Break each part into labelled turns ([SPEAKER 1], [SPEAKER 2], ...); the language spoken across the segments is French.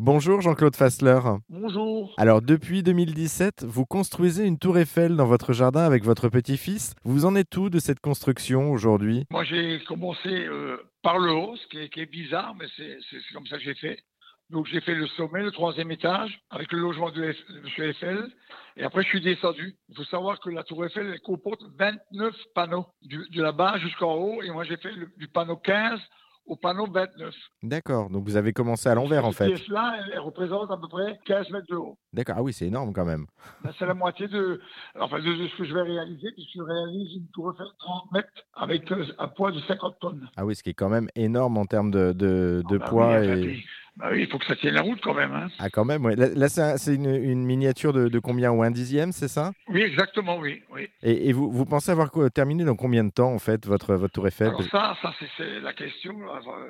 [SPEAKER 1] Bonjour Jean-Claude Fassler.
[SPEAKER 2] Bonjour.
[SPEAKER 1] Alors depuis 2017, vous construisez une tour Eiffel dans votre jardin avec votre petit-fils. Vous en êtes où de cette construction aujourd'hui
[SPEAKER 2] Moi, j'ai commencé euh, par le haut, ce qui est, qui est bizarre, mais c'est c'est- c'est comme ça que j'ai fait. Donc, j'ai fait le sommet, le troisième étage, avec le logement de, Eff- de M. Eiffel. Et après, je suis descendu. Il faut savoir que la tour Eiffel, elle comporte 29 panneaux, du- de là-bas jusqu'en haut. Et moi, j'ai fait le- du panneau 15 au panneau 29.
[SPEAKER 1] D'accord, donc vous avez commencé à l'envers en
[SPEAKER 2] Cette
[SPEAKER 1] fait.
[SPEAKER 2] pièce-là, elle, elle représente à peu près 15 mètres de haut.
[SPEAKER 1] D'accord, ah oui c'est énorme quand même.
[SPEAKER 2] Ben, c'est la moitié de, enfin, de, de ce que je vais réaliser, puisque je réalise une tour Eiffel 30 mètres avec euh, un poids de 50 tonnes.
[SPEAKER 1] Ah oui, ce qui est quand même énorme en termes de, de- de
[SPEAKER 2] Bah
[SPEAKER 1] poids.
[SPEAKER 2] oui, enfin,
[SPEAKER 1] et-
[SPEAKER 2] puis- bah oui, il faut que ça tienne la route quand même. hein.
[SPEAKER 1] Ah quand même, ouais. là, là, c'est un- c'est une, une miniature de, de combien ou un dixième, c'est ça
[SPEAKER 2] Oui, exactement, oui. oui.
[SPEAKER 1] et, et vous, vous pensez avoir co- terminé dans combien de temps en fait votre, votre tour Eiffel
[SPEAKER 2] Alors ça, ça c'est- c'est la question. Alors, euh,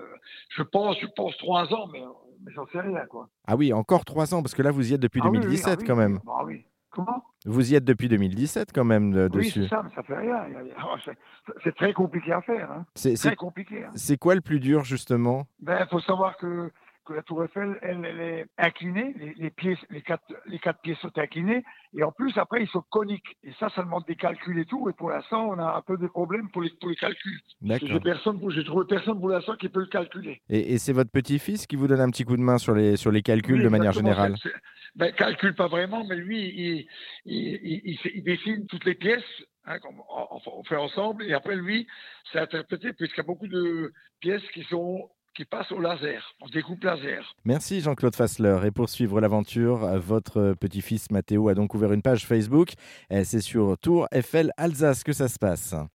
[SPEAKER 2] je pense, je pense trois ans, mais, mais j'en sais rien. Quoi.
[SPEAKER 1] Ah oui, encore trois ans, parce que là vous y êtes depuis
[SPEAKER 2] Ah oui, oui,
[SPEAKER 1] 2017
[SPEAKER 2] ah oui,
[SPEAKER 1] quand même.
[SPEAKER 2] Ah oui. Comment
[SPEAKER 1] Vous y êtes depuis 2017 quand même euh,
[SPEAKER 2] Oui,
[SPEAKER 1] dessus.
[SPEAKER 2] c'est ça, mais ça fait rien. Il y a- il y a- oh, c'est- C'est très compliqué à faire. hein.
[SPEAKER 1] C'est- c'est-
[SPEAKER 2] Très compliqué. hein.
[SPEAKER 1] c'est quoi le plus dur justement
[SPEAKER 2] Ben, il faut savoir que, que la tour Eiffel, elle, elle est inclinée, les, les pieds, les quatre, les quatre pieds sont inclinés, et en plus, après, ils sont coniques. Et ça, ça demande des calculs et tout, et pour l'instant, on a un peu des problèmes pour les, pour les calculs. Parce que J'ai
[SPEAKER 1] D'accord.
[SPEAKER 2] personne, pour- j'ai trouvé personne pour l'instant qui peut le calculer.
[SPEAKER 1] Et, et c'est votre petit-fils qui vous donne un petit coup de main sur les, sur les calculs
[SPEAKER 2] Oui,
[SPEAKER 1] de manière
[SPEAKER 2] exactement,
[SPEAKER 1] générale
[SPEAKER 2] c'est- c'est- Ben, calcule pas vraiment, mais lui, il, il, il- il fait- il dessine toutes les pièces. hein, qu'on- on, on- on fait ensemble et après lui, c'est interprété puisqu'il y a beaucoup de pièces qui sont qui passent au laser, on découpe laser.
[SPEAKER 1] Merci Jean-Claude Fassler. Et pour suivre l'aventure, euh, votre petit-fils Mathéo a donc ouvert une page Facebook. Euh, C'est sur Tour Eiffel Alsace que ça se passe.